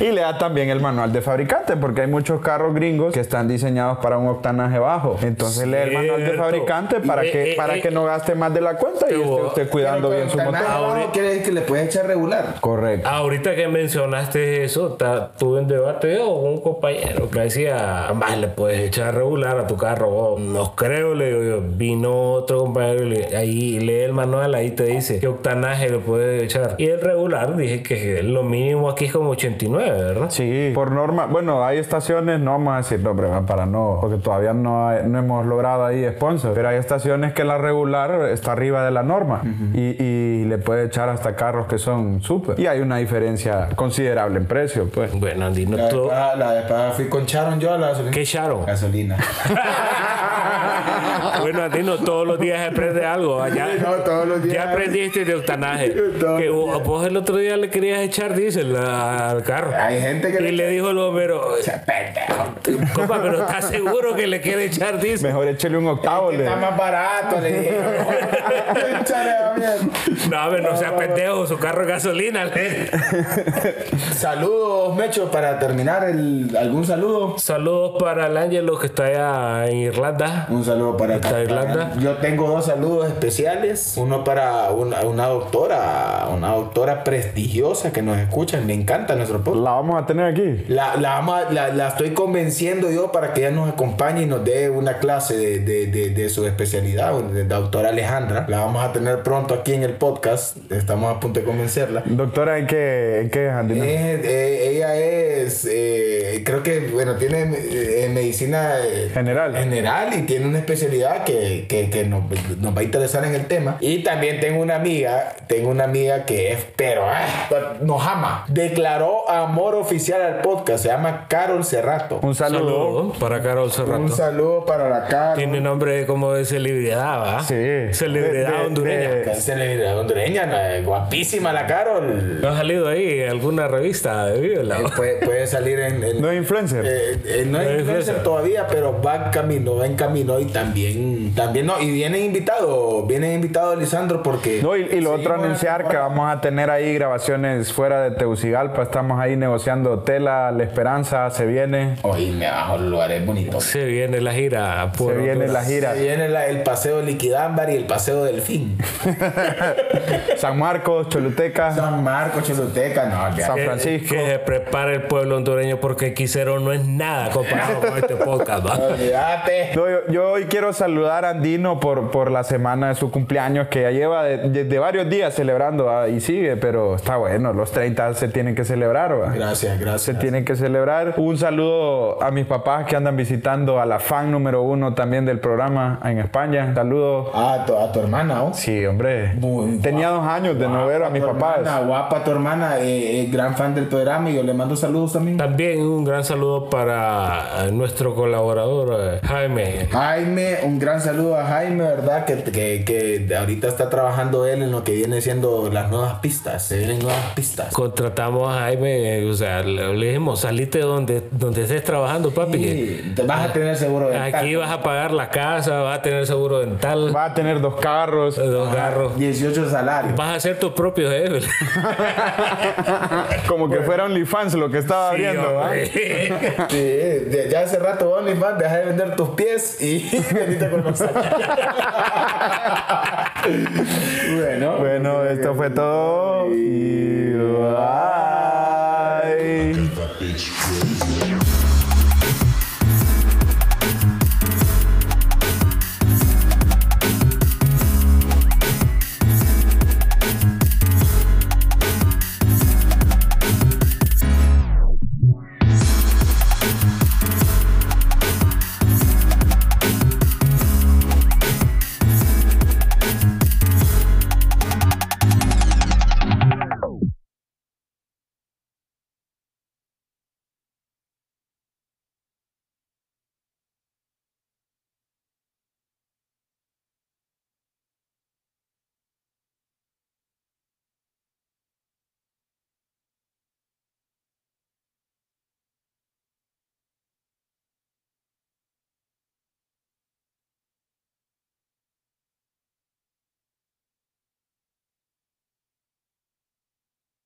S3: Y lea también el manual de fabricante, porque hay muchos carros gringos que están diseñados para un octanaje bajo. Entonces lea el manual de
S1: Cierto.
S3: fabricante para
S1: Eh,
S3: que
S1: eh,
S3: para
S1: eh.
S3: que no gaste más de la cuenta y
S2: eh,
S1: Pero-
S3: esté usted cuidando bien su motor.
S2: Canal abajo quiere decir que le puedes echar regular.
S3: Correcto.
S1: Ahorita que mencionaste eso, ta- tuve un debate yo con un compañero que decía, más le puedes echar regular a tu carro. vos". No creo, le digo yo. Vino otro compañero, y le- ahí lee el manual, ahí te dice qué octanaje le puedes echar. Y el regular, dije que lo mínimo aquí es como 89, ¿verdad?
S3: Sí, por norma, bueno, hay estaciones, no vamos a decir nombre ¿verdad? para no, porque todavía no, hay- no hemos logrado ahí sponsor, pero hay estaciones que la regular está arriba de la norma y, y le puede echar hasta carros que son súper. Y hay una diferencia considerable en precio, pues.
S1: Bueno, Andino,
S2: La
S1: tú...
S2: después, la después fui con Charon yo a la gasolina.
S1: ¿Qué echaron?
S2: Gasolina.
S1: bueno, Andino, todos los días aprende algo. allá.
S2: No, todos los días.
S1: Ya aprendiste de octanaje.
S2: Todos
S1: que vos vos el otro día le querías echar diésel a- al carro.
S2: Hay gente que
S1: Y
S2: le-
S1: le dijo el bombero,
S2: Se pendejo.
S1: compa, pero ¿estás seguro que le quiere echar diésel?
S3: Mejor échele un octavo. le-
S2: Está más barato, le dije. Chale, va bien.
S1: No, a ver, no seas pendejo, su carro es gasolina. le.
S2: Saludos, Mecho, para terminar el, algún saludo.
S1: Saludos para el Ángelo que está allá en Irlanda.
S2: Un saludo para
S1: ¿Está Irlanda?
S2: Yo tengo dos saludos especiales. Uno para una, una doctora, una doctora prestigiosa que nos escucha. Me encanta nuestro podcast.
S3: La vamos a tener aquí.
S2: La, la, vamos a- la, la estoy convenciendo yo para que ella nos acompañe y nos dé una clase de, de, de, de su especialidad, de la doctora Alejandra. La vamos a tener pronto aquí en el podcast. Estamos a punto de convencerla.
S3: Doctora, ¿en qué, en qué Andino?
S2: Eh, eh, ella es, eh, creo que, bueno, tiene eh, medicina eh,
S3: General.
S2: general y tiene una especialidad que, que, que nos, nos va a interesar en el tema. Y también tengo una amiga, tengo una amiga que es, pero ah, nos ama. Declaró amor oficial al podcast, se llama Carol Cerrato.
S3: Un saludo.
S1: Saludos para Carol
S2: Un
S1: Serrato.
S2: saludo para la Carol.
S1: Tiene nombre como de celebridad, ¿va?
S3: Sí. De-
S1: Celebridad
S3: de-
S1: hondureña.
S3: de-
S2: Celebridad hondureña, la- guapísima la Carol.
S1: ¿No ha salido ahí en alguna revista de Bíblia?
S2: Puede, puede salir en... en-
S3: No es influencer.
S2: eh, eh, no es
S1: No es
S2: influencer
S1: influencer.
S2: todavía, pero va en camino, va en camino y también, también no. Y vienen invitados, vienen invitados Lisandro porque.
S3: No, y, y lo otro
S2: seguimos
S3: anunciar que vamos a tener ahí grabaciones fuera de Tegucigalpa. Estamos ahí negociando tela, La Esperanza, se viene.
S2: Oye, me bajo lugares bonitos.
S1: Se viene la gira. Por
S3: Se viene la
S1: Honduras.
S3: gira.
S2: Se viene la- el paseo Liquidámbar y el paseo Delfín.
S3: San Marcos, Choluteca,
S2: San Marcos, Choluteca, no,
S3: San
S1: Que-
S3: Francisco.
S1: Que se prepare el pueblo hondureño porque Quisero no es nada comparado con este podcast. ¿va?
S2: Olvídate.
S3: No, yo, yo hoy quiero saludar a Andino por, por la semana de su cumpleaños que ya lleva de, de- de varios días celebrando ah, y sigue, pero está bueno, los 30 se tienen que celebrar. ¿va?
S2: Gracias,
S3: se
S2: gracias.
S3: tienen que celebrar. Un saludo a mis papás que andan visitando a la fan número uno también del programa en España. Saludos.
S2: Ah, a tu, a tu hermana, ¿no?
S3: Sí, hombre.
S2: Muy
S3: Tenía dos años de no ver a mis
S2: tu hermana,
S3: papás.
S2: guapa tu hermana, eh, eh, gran fan del programa y yo le mando saludos también.
S1: También un gran saludo para eh, nuestro colaborador eh, Jaime.
S2: Jaime, un gran saludo a Jaime, ¿verdad? Que, que, que ahorita está trabajando él en lo que viene siendo las nuevas pistas. Se vienen nuevas pistas.
S1: Contratamos a Jaime, eh, o sea, le le dijimos, salite donde, donde estés trabajando, papi. que
S2: Y te vas a tener seguro de
S1: Aquí vas a pagar la casa, vas a tener seguro dental,
S3: Va a tener dos carros.
S1: dos garros.
S2: 18 salarios.
S1: Vas a ser tu propio jefe.
S3: Como que fuera OnlyFans lo que estaba
S1: Sí,
S3: viendo. ¿va?
S1: hombre.
S2: Sí, de- ya hace rato, OnlyFans, deja de vender tus pies y venite con nosotros. bueno,
S3: Bueno, esto fue todo. Y bye.
S4: That bitch real.